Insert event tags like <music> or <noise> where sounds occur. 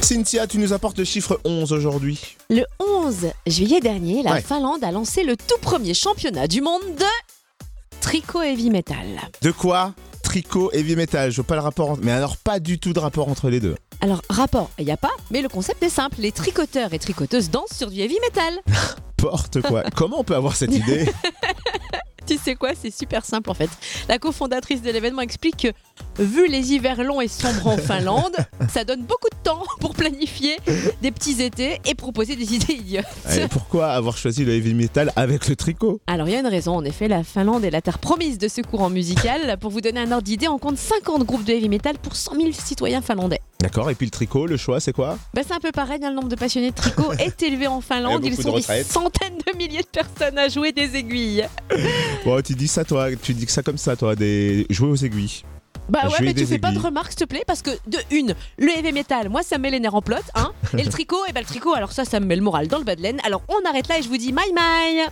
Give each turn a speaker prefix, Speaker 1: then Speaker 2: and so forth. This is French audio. Speaker 1: Cynthia, tu nous apportes le chiffre 11 aujourd'hui.
Speaker 2: Le 11 juillet dernier, la
Speaker 1: Ouais.
Speaker 2: Finlande a lancé le tout premier championnat du monde de tricot heavy metal.
Speaker 1: De quoi Tricot heavy metal. Je veux pas le rapport, en- mais alors pas du tout de rapport entre les deux.
Speaker 2: Alors, rapport, il n'y a pas, mais le concept est simple. Les tricoteurs et tricoteuses dansent sur du heavy metal. <laughs>
Speaker 1: Porte quoi Comment on peut avoir cette idée
Speaker 2: Tu sais quoi, c'est super simple en fait. La cofondatrice de l'événement explique que, vu les hivers longs et sombres en Finlande, ça donne beaucoup de temps <laughs> pour planifier des petits étés et proposer des <laughs> idées idiotes.
Speaker 1: Et Pourquoi avoir choisi le heavy metal avec le tricot
Speaker 2: Alors, il y a une raison, en effet, la Finlande est la terre promise de ce courant musical. Pour vous donner un ordre d'idée, on compte 50 groupes de heavy metal pour 100 000 citoyens finlandais.
Speaker 1: D'accord, et puis le tricot, le choix, c'est quoi
Speaker 2: Bah, c'est un peu pareil, hein, le nombre de passionnés
Speaker 1: <laughs>
Speaker 2: de tricot est élevé en Finlande.
Speaker 1: Il y a
Speaker 2: Ils
Speaker 1: beaucoup de
Speaker 2: sont des
Speaker 1: retraites.
Speaker 2: centaines de milliers de personnes à jouer des aiguilles.
Speaker 1: Bon, tu dis ça toi, tu dis que ça comme ça toi, des jouer aux aiguilles.
Speaker 2: Bah
Speaker 1: Je
Speaker 2: ouais,
Speaker 1: vais
Speaker 2: mais
Speaker 1: des
Speaker 2: tu fais pas de
Speaker 1: aiguilles.
Speaker 2: remarques, s'il te plaît, parce que de une, le heavy metal, moi ça me met les nerfs en
Speaker 1: <laughs>
Speaker 2: eh ben, plot, hein. et le tricot, et bah le tricot, alors ça, ça me met le moral dans le bas de laine. Alors on arrête là et je vous dis, bye bye